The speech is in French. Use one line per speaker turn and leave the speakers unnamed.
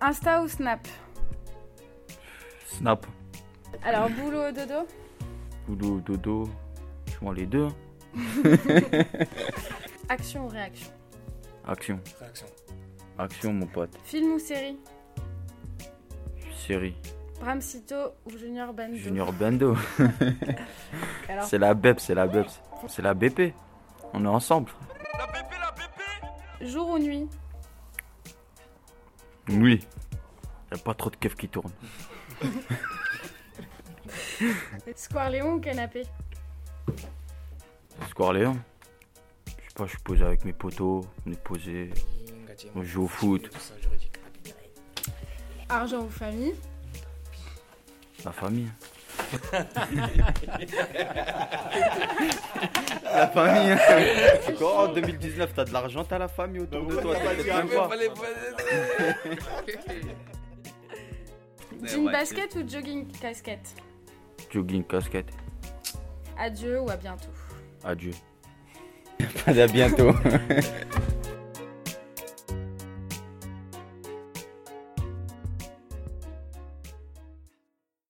Insta ou Snap
Snap,
Alors, boulot au dodo
boulot, dodo, je prends les deux.
Action ou réaction
Action,
Réaction.
action mon pote.
Film ou série
Série,
Bram Cito ou Junior Bando
Junior Bando.
Alors,
C'est la BEP, c'est la BEP. C'est la BP. On est ensemble.
jour ou nuit
Oui. Y a pas trop de keufs qui tournent.
Square Léon ou canapé
Square Léon. Je sais pas, je suis posé avec mes potos. On est posé. On joue au foot.
Tout ça, juridique.
Argent ou famille
La famille.
La famille. Encore en 2019, t'as de l'argent, t'as la famille autour de toi. t'inquiète même pas.
Jean basket ou jogging casquette
Jogging, casquette.
Adieu ou à bientôt
Adieu.
À bientôt.